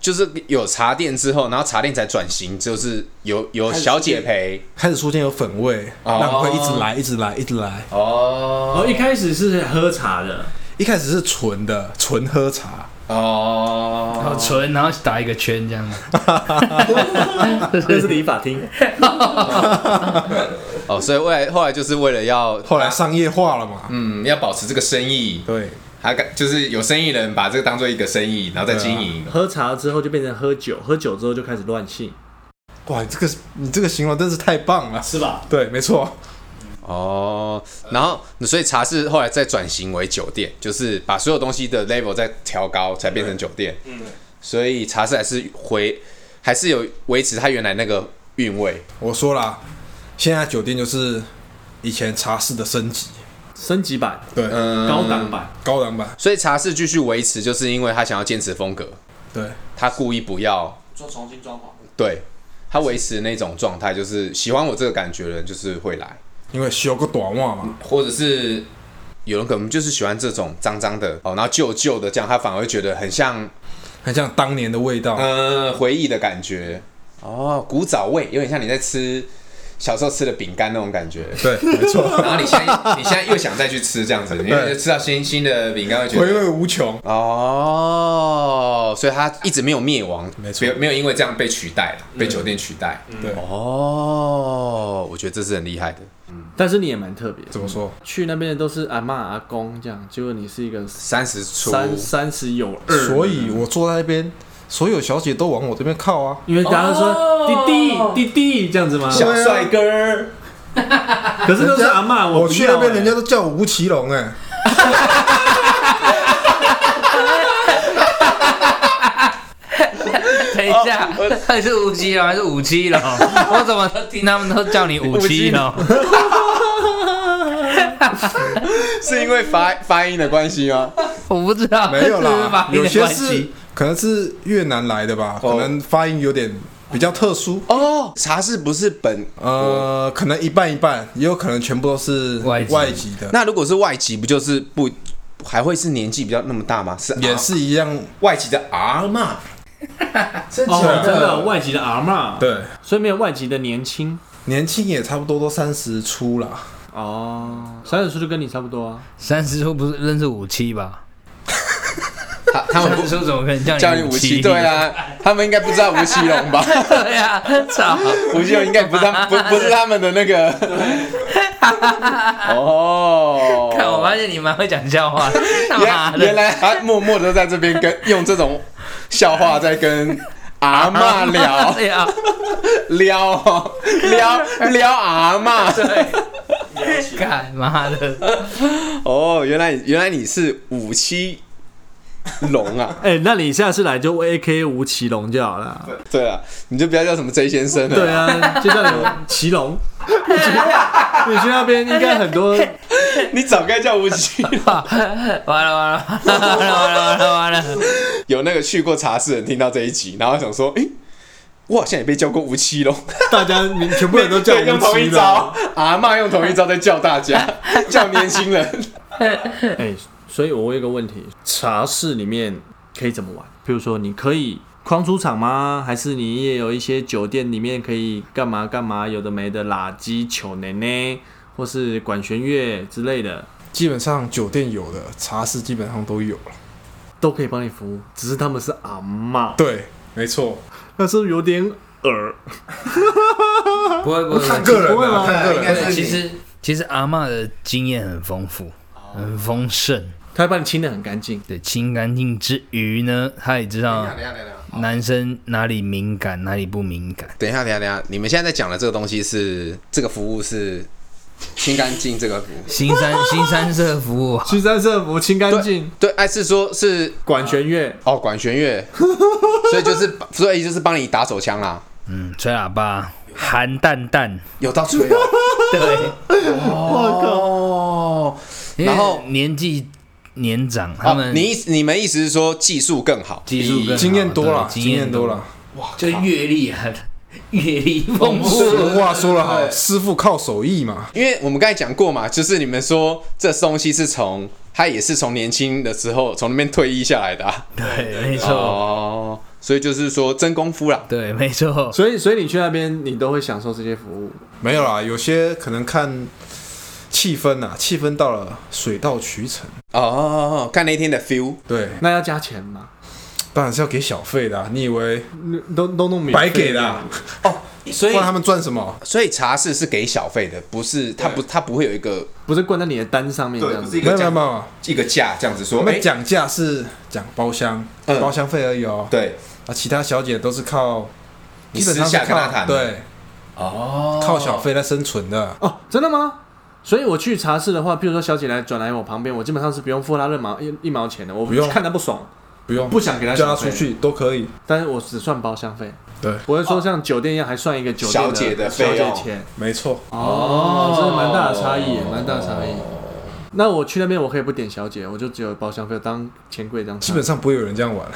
Speaker 1: 就是有茶店之后，然后茶店才转型，就是有有小姐陪
Speaker 4: 开始出现有粉味，
Speaker 1: 哦
Speaker 4: 让你会一直来一直来一直来，
Speaker 1: 哦
Speaker 2: 哦，一开始是喝茶的，
Speaker 4: 一开始是纯的纯喝茶，
Speaker 3: 好
Speaker 1: 哦，
Speaker 3: 纯，然后打一个圈
Speaker 1: [LAUGHS]
Speaker 3: 这样 [LAUGHS] 子，
Speaker 2: 那
Speaker 3: [LAUGHS]
Speaker 2: 是理发厅。
Speaker 1: 哦，所以未来后来就是为了要
Speaker 4: 后来商业化了嘛，
Speaker 1: 嗯要保持这个生意，
Speaker 4: 对，
Speaker 1: 还敢就是有生意人把这个当做一个生意，然后再经营。
Speaker 2: 喝茶之后就变成喝酒，喝酒之后就开始乱性，
Speaker 4: 哇，你这个你这个形容真是太棒了，
Speaker 2: 是吧？
Speaker 4: 对，没错，
Speaker 1: 哦，然后所以茶室后来再转型为酒店，就是把所有东西的 level 再调高，才变成酒店。嗯，所以茶室还是回还是有维持它原来那个韵味。
Speaker 4: 我说啦，现在酒店就是以前茶室的升级，
Speaker 2: 升级版、
Speaker 4: 对，
Speaker 1: 嗯，
Speaker 2: 高档版，
Speaker 4: 高档版，
Speaker 1: 所以茶室继续维持，就是因为他想要坚持风格，
Speaker 4: 对，
Speaker 1: 他故意不要
Speaker 5: 做重新装潢。
Speaker 1: 对他维持那种状态，就是喜欢我这个感觉的人就是会来，
Speaker 4: 因为修个短袜嘛，
Speaker 1: 或者是有人可能就是喜欢这种脏脏的哦，然后旧旧的这样，他反而会觉得很像
Speaker 4: 很像当年的味道，
Speaker 1: 嗯、回忆的感觉哦，古早味，有点像你在吃小时候吃的饼干那种感觉。
Speaker 4: [LAUGHS] 对，没错，
Speaker 1: 然后你现在你现在又想再去吃这样子，因为吃到新新的饼干会觉
Speaker 4: 回
Speaker 1: 得
Speaker 4: 味无穷，
Speaker 1: 哦，所以它一直没有灭亡，
Speaker 4: 没错嗯
Speaker 1: 没有没有因为这样被取代，被酒店取代。
Speaker 4: 对，
Speaker 1: 哦，我觉得这是很厉害的
Speaker 4: 嗯
Speaker 2: 但是你也蛮特别的，
Speaker 4: 怎么说？
Speaker 2: 去那边的都是阿嬷阿公这样，结果你是一个
Speaker 1: 三十出。
Speaker 2: 三三十有二，
Speaker 4: 所以我坐在那边，所有小姐都往我这边靠啊，
Speaker 2: 因为大家都说弟弟弟弟这样子吗？
Speaker 1: 小帅哥，
Speaker 2: 可是都是阿嬷，
Speaker 4: 我
Speaker 2: 不
Speaker 4: 去
Speaker 2: 要
Speaker 4: 那边，
Speaker 2: 欸
Speaker 4: 人家都叫我吴奇隆哎，
Speaker 3: 等一下，到底是五七 [LAUGHS] 楼还是五七楼？我怎么都听他们都叫你五七楼？
Speaker 1: 是因为发发音的关系吗？
Speaker 3: [LAUGHS] 我不知道，
Speaker 4: 没
Speaker 3: [LAUGHS] 是
Speaker 4: 有
Speaker 3: 不是
Speaker 4: 啦
Speaker 3: 发，音
Speaker 4: 有
Speaker 3: 的
Speaker 4: 些
Speaker 3: 关
Speaker 4: 是
Speaker 3: 系
Speaker 4: 可能是越南来的吧，
Speaker 1: 哦
Speaker 4: 可能发音有点比较特殊，
Speaker 1: 哦，茶室不是本
Speaker 4: 呃，可能一半一半，也有可能全部都是
Speaker 3: 外籍
Speaker 4: 外籍的，
Speaker 1: 那如果是外籍，不就是不还会是年纪比较那么大吗？是啊
Speaker 4: 也是一样，
Speaker 1: 外籍的啊阿
Speaker 4: [LAUGHS]
Speaker 1: 妈，真
Speaker 2: 哦，真的外籍的阿嬷，，
Speaker 4: 对。
Speaker 2: 所以没有外籍的年轻
Speaker 4: 年轻也差不多都三十出啦，
Speaker 2: 哦，三十岁就跟你差不多啊，
Speaker 3: 三十出不是认识五七吧？
Speaker 1: 他他们不
Speaker 3: 三叔怎么可能
Speaker 1: 叫
Speaker 3: 叫
Speaker 1: 你
Speaker 3: 你
Speaker 1: 吴
Speaker 3: 七？
Speaker 1: 奇，对，啊，他们应该不知道吴奇隆吧？
Speaker 3: 对啊，操！
Speaker 1: 吴奇隆应该不是他不不是他们的那个。哦，
Speaker 3: 看，我发现你蛮会讲笑话，他妈
Speaker 1: 原原
Speaker 3: 的！
Speaker 1: 来他默默的在这边跟用这种笑话在跟阿妈聊
Speaker 3: 对啊，
Speaker 1: 聊哦聊聊阿妈。
Speaker 3: [LAUGHS] 干妈的，
Speaker 1: 哦，原来原来你是五七龙啊！
Speaker 2: 哎、那你下次来就 A K 吴奇隆就好了。
Speaker 1: 对了，你就不要叫什么 J 先生了。
Speaker 2: 对，啊，就叫你
Speaker 1: [LAUGHS]
Speaker 2: 奇隆。你去那边应该很多，
Speaker 1: 你早该叫吴
Speaker 2: [LAUGHS]
Speaker 1: 奇。
Speaker 3: 完了完了完了完了完了完了！
Speaker 1: 有那个去过茶室的人听到这一集，然后想说，诶，我好像也被叫过吴奇隆，
Speaker 2: 大家名全部
Speaker 1: [LAUGHS]
Speaker 2: 人都叫
Speaker 1: 对用
Speaker 2: 吴
Speaker 1: 同
Speaker 2: 奇
Speaker 1: 一
Speaker 2: 隆
Speaker 1: 招。，阿嬷用同一招在叫大家，
Speaker 2: [LAUGHS]
Speaker 1: 叫年轻人。
Speaker 2: 哎、所以我问一个问题：茶室里面可以怎么玩？比如说，你可以框出场吗？还是你也有一些酒店里面可以干嘛干嘛，有的没的，垃圾球奶奶，或是管弦乐之类的，
Speaker 4: 基本上酒店有的茶室基本上都有了。
Speaker 2: 都可以帮你服务。只是他们是阿嬷，
Speaker 4: 对，没错，
Speaker 2: 那是不是有点耳？
Speaker 3: 不会不会，
Speaker 4: 看个人
Speaker 2: 不会吗
Speaker 4: 啊，看个
Speaker 5: 应该
Speaker 4: 人。
Speaker 5: 是你
Speaker 3: 其实其实阿嬷的经验很丰富，很丰盛。
Speaker 2: 他会帮你清的很干净。
Speaker 3: 对，清干净之余呢，她也知道男生哪里敏感，哪里不敏感。
Speaker 1: 等一下，等一下，等一下，你们现在在讲的这个东西是这个服务是清干净这个服务，
Speaker 3: 新三 [LAUGHS] 新三社服务啊，
Speaker 2: 去三色服清干净，
Speaker 1: 对，哎是说是
Speaker 2: 管弦乐
Speaker 1: 哦管弦
Speaker 2: [LAUGHS]
Speaker 1: 乐，所以就是所以就是帮你打手枪啦，
Speaker 3: 嗯，吹喇叭，含蛋蛋，
Speaker 1: 有到吹
Speaker 2: [LAUGHS]
Speaker 1: 哦。
Speaker 3: 对，
Speaker 1: 哦，
Speaker 3: 因为
Speaker 1: 然后
Speaker 3: 年纪年长，他
Speaker 1: 哦
Speaker 3: 们
Speaker 1: 你意你们意思是说技术更好？
Speaker 3: 技术更好
Speaker 4: 经验多了，
Speaker 3: 对
Speaker 4: 经验多
Speaker 3: 多
Speaker 4: 了。，
Speaker 3: 就阅历很阅历丰富。
Speaker 4: 俗话说得好，
Speaker 1: 对
Speaker 4: 师傅靠手艺嘛。
Speaker 1: 因为我们刚才讲过嘛，就是你们说这东西是从他也是从年轻的时候从那边退役下来的、啊、
Speaker 3: 对，没错，
Speaker 1: 哦，所以就是说真功夫啦。
Speaker 3: 对，没错。
Speaker 2: 所以所以你去那边，你都会享受这些服务。
Speaker 4: 没有啦，有些可能看气氛呐、啊，气氛到了水到渠成。
Speaker 1: 哦，看那天的 feel，
Speaker 4: 对，
Speaker 2: 那要加钱吗？
Speaker 4: 当然是要给小费的啊、你以为
Speaker 2: 都都弄免费
Speaker 4: 白给的啊、
Speaker 1: 所
Speaker 4: 不
Speaker 1: 以
Speaker 4: 然他们赚什么？
Speaker 1: 所以茶室是给小费的，不是他不他不会有一个
Speaker 2: 不是灌在你的单上面这样子。
Speaker 4: 没有没有没有，
Speaker 1: 一个价这样子说
Speaker 4: 我
Speaker 1: 哎
Speaker 4: 们讲价是讲包厢，
Speaker 1: 嗯
Speaker 4: 包厢费而已哦。
Speaker 1: 对
Speaker 4: 啊，其他小姐都是靠，
Speaker 1: 你
Speaker 4: 基本上是
Speaker 1: 私下跟她
Speaker 4: 靠
Speaker 1: 谈的
Speaker 4: 对，
Speaker 1: 哦
Speaker 4: 靠小费来生存的。
Speaker 2: 哦，真的吗？所以我去茶室的话，譬如说小姐来转来我旁边，我基本上是不用付她任毛一一毛钱的，我
Speaker 4: 不用
Speaker 2: 看她不爽，
Speaker 4: 不用，
Speaker 2: 不想给她
Speaker 4: 叫她
Speaker 2: 小费
Speaker 4: 出，去都可以。
Speaker 2: 但是我只算包厢费，
Speaker 4: 对，
Speaker 2: 不会说像酒店一样还算一个酒店
Speaker 1: 小姐的
Speaker 2: 小
Speaker 1: 费用
Speaker 2: 姐钱。
Speaker 4: 没错。
Speaker 2: 哦，真的蛮大的差异，蛮大的差异。那我去那边我可以不点小姐，我就只有包厢费当钱柜这样。
Speaker 4: 基本上不会有人这样玩，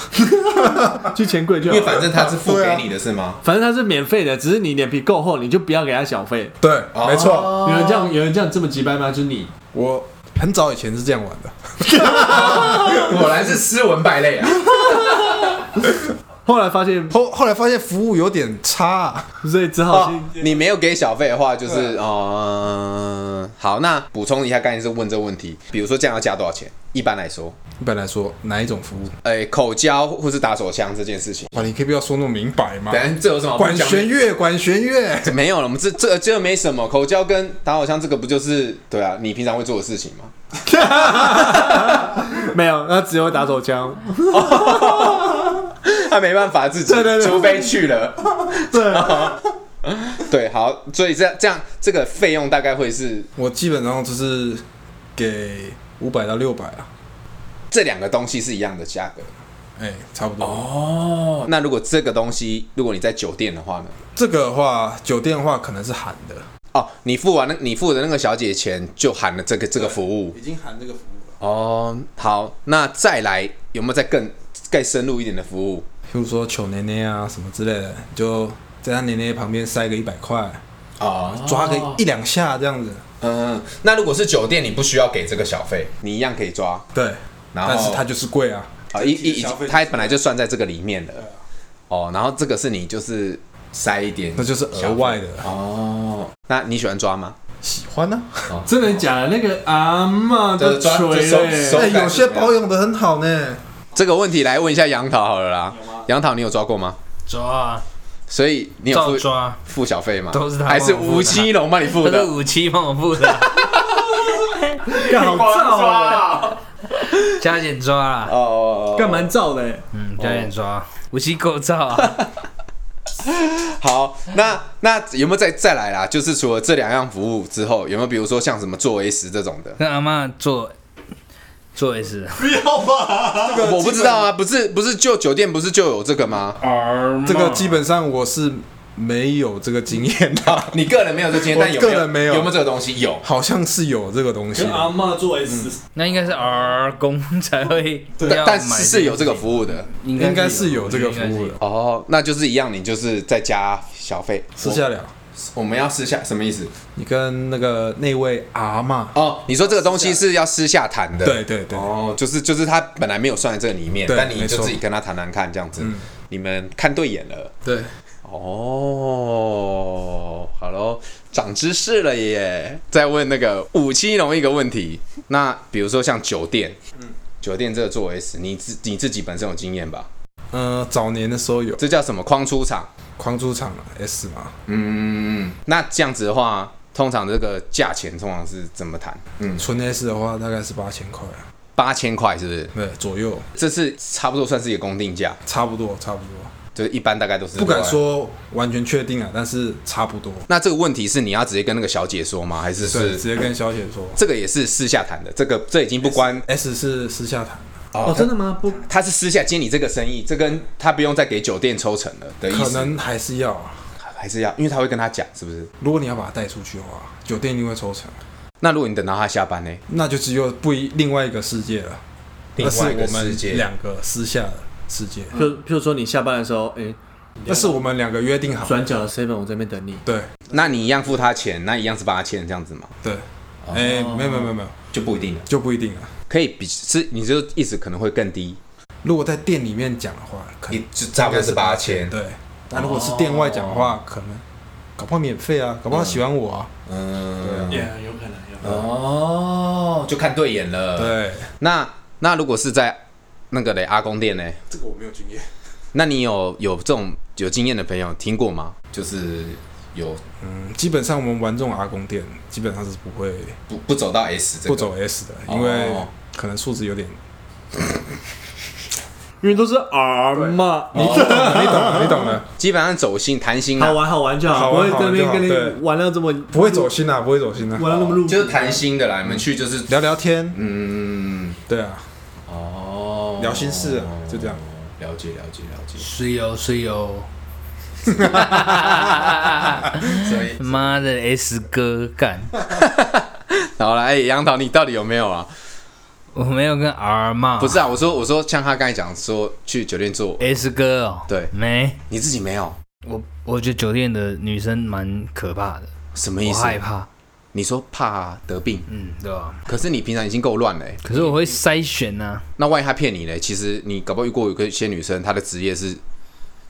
Speaker 2: 去钱柜就
Speaker 5: 因为
Speaker 2: 好了，
Speaker 5: 反正他是付给你的是
Speaker 2: [LAUGHS]
Speaker 5: 吗？
Speaker 2: 反正它是免费的，只是你脸皮够厚，你就不要给她小费。
Speaker 4: 对，没错。
Speaker 2: 有人这样，有人这样这么急掰吗？就是你。
Speaker 4: 我很早以前是这样玩的，
Speaker 1: 果然是斯文败类啊！
Speaker 2: [LAUGHS] 后来发现，
Speaker 4: 后后来发现服务有点差、啊，
Speaker 2: 所以只好
Speaker 1: 哦 [LAUGHS]
Speaker 2: 去，
Speaker 1: 你没有给小费的话，就是
Speaker 2: 啊
Speaker 1: 哦、呃好，那补充一下，刚才是问这个问题，比如说这样要加多少钱？一般来说，
Speaker 4: 一般来说哪一种服务？
Speaker 1: 哎、口交或是打手枪这件事情，
Speaker 4: 哇，你可以不要说那么明白嘛。
Speaker 5: 反正这有
Speaker 2: 啊
Speaker 5: 什么好不
Speaker 4: 管
Speaker 5: 讲的
Speaker 4: 弦乐，管弦乐，
Speaker 1: 这没有了，我们这这这没什么，口交跟打手枪这个不就是对啊，你平常会做的事情吗？
Speaker 2: [LAUGHS] 没有，那只会打手枪。
Speaker 1: 他没办法自己，
Speaker 2: 对对对
Speaker 1: 除非去了，
Speaker 2: 对，
Speaker 1: 对，好，所以这样这样这个费用大概会是
Speaker 4: 我基本上就是给五百到六百啊，
Speaker 1: 这两个东西是一样的价格。
Speaker 4: 哎、差不多。
Speaker 1: 哦，那如果这个东西，如果你在酒店的话呢？
Speaker 4: 这个的话，酒店的话可能是含的，
Speaker 1: 哦，你付完那你付的那个小姐钱就含了这个这个服务
Speaker 4: 已经含这个服务了。
Speaker 1: 哦。好，那再来有没有再更更深入一点的服务？
Speaker 4: 譬如说求奶奶啊什么之类的，你就在他奶奶旁边塞个一百块，
Speaker 1: 哦，
Speaker 4: 抓个一两下这样子。
Speaker 1: 嗯，那如果是酒店，你不需要给这个小费，你一样可以抓
Speaker 4: 对，
Speaker 1: 然后
Speaker 4: 但是它就是贵啊。
Speaker 1: 啊，一一
Speaker 4: 这个消费
Speaker 1: 它本来就算在这个里面的哦。然后这个是你就是塞一点，
Speaker 4: 那就是额外的，
Speaker 1: 哦。那你喜欢抓吗？
Speaker 4: 喜欢呢、啊。
Speaker 2: 真的假的？那个阿嬷
Speaker 1: 就是
Speaker 2: 都
Speaker 1: 抓
Speaker 2: 锤欸
Speaker 1: 就收
Speaker 2: 了耶
Speaker 1: 手收
Speaker 4: 哎、
Speaker 1: 感啊
Speaker 4: 有些保养的很好呢，
Speaker 1: 这个问题来问一下杨桃好了啦。杨桃，你有抓过吗？
Speaker 3: 抓啊，
Speaker 1: 所以你有
Speaker 3: 照
Speaker 1: 付
Speaker 3: 抓，
Speaker 1: 付小费吗？
Speaker 3: 都是他
Speaker 1: 还是
Speaker 3: 帮我付的
Speaker 1: 吴奇隆帮你付
Speaker 3: 这 [LAUGHS] 是
Speaker 1: 的？哦
Speaker 3: 武器帮我付的，
Speaker 2: 哎干好燥啊，
Speaker 3: 加减抓啦，
Speaker 1: 哦，
Speaker 2: 干蛮燥的欸、
Speaker 3: 嗯，加减抓，武器构造啊，
Speaker 1: 好，那那有没有再再来啦？就是除了这两样服务之后，有没有比如说像什么作为时这种的？
Speaker 3: 跟阿嬷做做也是，
Speaker 1: 我不知道啊，不是不是就酒店不是就有这个吗？
Speaker 4: 这个基本上我是没有这个经验的， [LAUGHS]
Speaker 1: 啊，你个人没有这经验，
Speaker 4: 我
Speaker 1: 但有没有
Speaker 4: 个人没有
Speaker 1: 有没有这个东西？有，
Speaker 4: 好像是有这个东西
Speaker 2: 跟。阿嬷做 S，
Speaker 3: 那应该是儿工才会
Speaker 1: 但
Speaker 3: 要
Speaker 1: 但
Speaker 3: 买
Speaker 1: 是是有这个服务的。
Speaker 3: 应
Speaker 4: 应该是有这个服务的，
Speaker 1: 哦，那就是一样，你就是再加小费。
Speaker 4: 私下聊，
Speaker 5: 我们要私下什么意思？
Speaker 4: 你跟那个那位阿嬷，
Speaker 1: 哦，你说这个东西是要私下谈的。
Speaker 4: 对。对对，
Speaker 1: 哦，就是就是他本来没有算在这里面，
Speaker 4: 对
Speaker 1: 但你
Speaker 4: 没
Speaker 1: 就
Speaker 4: 错嗯
Speaker 1: 自己跟他谈谈看，这样子，你们看对眼了。
Speaker 4: 对，
Speaker 1: 哦，好喽，长知识了耶！再问那个五七龙一个问题，那比如说像酒店，酒店这个作为 S，你自你自己本身有经验吧？
Speaker 4: 呃，早年的时候有
Speaker 1: 这叫什么框出场？
Speaker 4: 狂猪场了 S 嘛，
Speaker 1: 嗯，那这样子的话，通常这个价钱通常是怎么谈？嗯，
Speaker 4: 纯 S 的话大概是八千块啊，
Speaker 1: 八千块是不是？
Speaker 4: 对，左右
Speaker 1: 这是差不多算是一个公定价，
Speaker 4: 差不多差不多，
Speaker 1: 就是一般大概都是
Speaker 4: 不敢
Speaker 1: 多少。
Speaker 4: 说完全确定啊，但是差不多。
Speaker 1: 那这个问题是你要直接跟那个小姐说吗？还是
Speaker 4: 对，
Speaker 1: 是
Speaker 4: 直接跟小姐说
Speaker 1: 这个也是私下谈的？这个这已经不关
Speaker 4: ，S 是私下谈，
Speaker 2: 哦，真的吗？不，
Speaker 1: 他是私下接你这个生意，这跟他不用再给酒店抽成了的意思，
Speaker 4: 可能还是要啊。
Speaker 1: 还是要，因为他会跟他讲，是不是？
Speaker 4: 如果你要把它带出去的话，酒店一定会抽成，啊
Speaker 1: 那如果你等到他下班呢？
Speaker 4: 那就只有不一另外一个世界了，
Speaker 1: 另
Speaker 4: 那是
Speaker 1: 外一个
Speaker 4: 我
Speaker 1: 世
Speaker 4: 们
Speaker 1: 界嗯
Speaker 4: 两个私下的世界，
Speaker 2: 譬如譬如说你下班的时候，哎、
Speaker 4: 那是我们两个约定好的。
Speaker 2: 转角的 seven 我这边等你，
Speaker 4: 对
Speaker 1: 那你一样付他钱，那一样是八千这样子吗？
Speaker 4: 对，
Speaker 1: 哦
Speaker 4: 哎，没有没有没有没有，
Speaker 5: 就不一定了。
Speaker 4: 就不一定了。
Speaker 1: 可以比是你就意思可能会更低，
Speaker 4: 如果在店里面讲的话，可能
Speaker 1: 就差不多是八千
Speaker 4: 对。那如果是店外讲的话，可能搞不好免费啊，搞不好喜欢我啊。啊
Speaker 5: 嗯，
Speaker 1: 啊
Speaker 2: 也、有可能，有可能。
Speaker 1: 哦，就看对眼了。，
Speaker 4: 对，
Speaker 1: 那那如果是在那个嘞阿公店呢？
Speaker 4: 这个我没有经验。
Speaker 1: 那你有有这种有经验的朋友听过吗？
Speaker 5: 就是有
Speaker 4: 嗯，基本上我们玩这种阿公店，基本上是不会
Speaker 5: 不不走到 S 这
Speaker 4: 不
Speaker 5: 个，
Speaker 4: 走 S 的，
Speaker 5: 哦
Speaker 4: 因为可能素质有点， [LAUGHS]
Speaker 2: 因为都是 R 嘛，你
Speaker 4: 你懂的，你懂啊的，
Speaker 1: 基本上走心谈心
Speaker 2: 好
Speaker 1: 啊，
Speaker 2: 玩好玩就好，
Speaker 4: 好
Speaker 2: 不会
Speaker 4: 玩
Speaker 2: 这边跟
Speaker 4: 好玩就好
Speaker 2: 你玩到这么
Speaker 4: 不会走心啊，不会走心啊，
Speaker 2: 玩到那么入，
Speaker 1: 就是谈心的啦。你们去就是
Speaker 4: 聊聊天，
Speaker 1: 嗯，
Speaker 4: 对啊，
Speaker 1: 哦，
Speaker 4: 聊心事啊，就这样。
Speaker 1: 了解了解了解。
Speaker 3: 水油水油，
Speaker 1: 所以
Speaker 3: 妈的 S 哥干，
Speaker 1: 好了，哎、杨桃，你到底有没有啊？
Speaker 3: 我没有跟 R 骂，
Speaker 1: 不是啊，我说我说像他刚才讲说去酒店做，
Speaker 3: S 哥哦，
Speaker 1: 对
Speaker 3: 没，
Speaker 1: 哎你自己没有，
Speaker 3: 我我觉得酒店的女生蛮可怕的，
Speaker 1: 什么意
Speaker 3: 我
Speaker 1: 思？
Speaker 3: 害怕，
Speaker 1: 你说怕得病，
Speaker 3: 嗯，对吧？
Speaker 1: 可是你平常已经够乱了、欸，
Speaker 3: 可是我会筛选啊呐、
Speaker 1: 那万一他骗你嘞？其实你搞不好遇过有个一些女生，她的职业是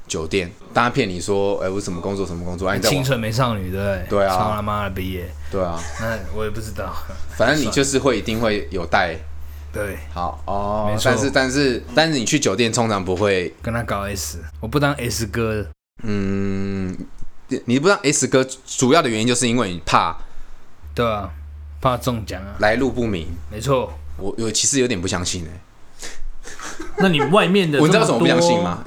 Speaker 1: 酒店，但她骗你说，哎、我什么工作什么工作，哎、你在
Speaker 3: 清
Speaker 1: 网
Speaker 3: 纯美少女，对不对？
Speaker 1: 对啊
Speaker 3: 操他妈的毕业，
Speaker 1: 对啊，
Speaker 3: 那我也不知道， [LAUGHS]
Speaker 1: 反正你就是会一定会有带
Speaker 3: 对，
Speaker 1: 好哦
Speaker 3: 没，错
Speaker 1: 但是但是但是你去酒店通常不会，
Speaker 3: 跟他搞 S，我不当 S 哥的，
Speaker 1: 嗯，你你不让 S 哥主要的原因就是因为你怕
Speaker 3: 对吧、啊？怕中奖啊，
Speaker 1: 来路不明。
Speaker 3: 没错，
Speaker 1: 我我其实有点不相信哎、
Speaker 2: 那你外面的
Speaker 1: 我知道为什么不
Speaker 2: 这
Speaker 1: 相
Speaker 2: 多
Speaker 1: 信吗？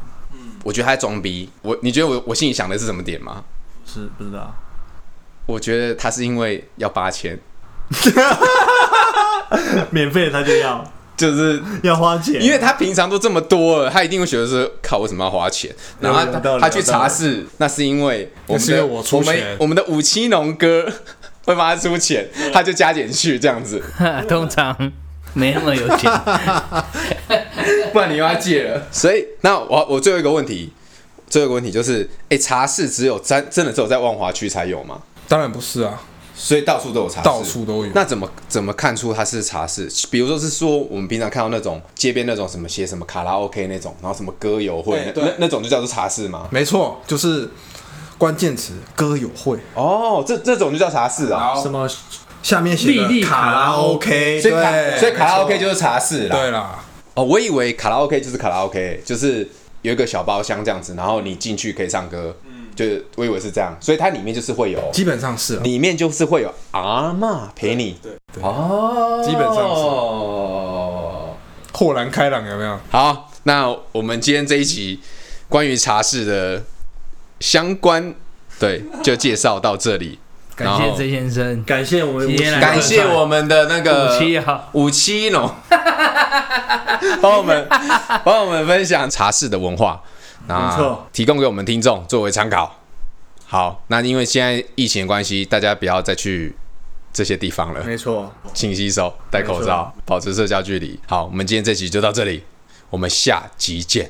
Speaker 1: 我觉得他在装逼。我你觉得我我心里想的是什么点吗？
Speaker 2: 是不知道，
Speaker 1: 我觉得他是因为要八千，
Speaker 2: 免费他就要 [LAUGHS]
Speaker 1: 就是
Speaker 2: 要花钱，
Speaker 1: 因为他平常都这么多了，他一定会觉得说靠，为什么要花钱？然后
Speaker 2: 有
Speaker 1: 他
Speaker 2: 有道
Speaker 1: 他
Speaker 2: 理
Speaker 1: 他
Speaker 2: 有
Speaker 1: 去
Speaker 2: 道理
Speaker 1: 茶室，那是因为我们
Speaker 4: 那是因为
Speaker 1: 的
Speaker 4: 我出
Speaker 1: 们
Speaker 4: 钱
Speaker 1: 我们的五七农哥 [LAUGHS] 会帮他出钱，他就加减去这样子，
Speaker 3: [LAUGHS] 通常没那么
Speaker 1: [LAUGHS]
Speaker 3: 有钱，
Speaker 1: 不然你又要借了。所以那我我最后一个问题，最后一个问题就是，哎、茶室只有真真的只有在万华区才有吗？
Speaker 4: 当然不是啊，
Speaker 1: 所以到处都有茶室，
Speaker 4: 到处都有
Speaker 1: 那怎么怎么看出它是茶室？比如说是说我们平常看到那种街边那种什么写什么卡拉 OK 那种，然后什么歌友会
Speaker 4: 对，
Speaker 1: 那
Speaker 4: 对
Speaker 1: 那那种就叫做茶室吗？
Speaker 4: 没错，就是关键词歌友会，
Speaker 1: 哦，这这种就叫茶室啊。
Speaker 2: 什么
Speaker 4: 下面写的
Speaker 2: 丽丽卡
Speaker 4: 卡
Speaker 2: 拉
Speaker 4: 拉 OK，
Speaker 1: 所以卡
Speaker 4: 对，
Speaker 1: 所以卡拉
Speaker 4: 没错
Speaker 1: OK 就是茶室啦。
Speaker 4: 对啦，
Speaker 1: 哦，我以为卡拉 OK 就是卡拉 OK，就是有一个小包厢这样子，然后你进去可以唱歌，嗯，就是我以为是这样，所以它里面就是会有，
Speaker 4: 基本上是啊，
Speaker 1: 里面就是会有阿嬷陪你，对，哦，
Speaker 4: 基本上是
Speaker 1: 哦，
Speaker 4: 豁然开朗有没有？
Speaker 1: 好，那我们今天这一集关于茶室的相关，对，就介绍到这里，
Speaker 3: 感
Speaker 1: 然
Speaker 3: 谢
Speaker 1: 后
Speaker 3: 曾先生，
Speaker 2: 感谢我们
Speaker 3: 今天
Speaker 1: [LAUGHS]
Speaker 3: 来
Speaker 1: 感谢我们的那个
Speaker 3: 五七啊，
Speaker 1: 五七哦农，帮我们 [LAUGHS] 帮我们分享茶室的文化，
Speaker 2: 没错，
Speaker 1: 提供给我们听众作为参考。好，那因为现在疫情的关系，大家不要再去这些地方了，
Speaker 2: 没错，
Speaker 1: 勤洗手、戴口罩、保持社交距离。好，我们今天这集就到这里，我们下集见。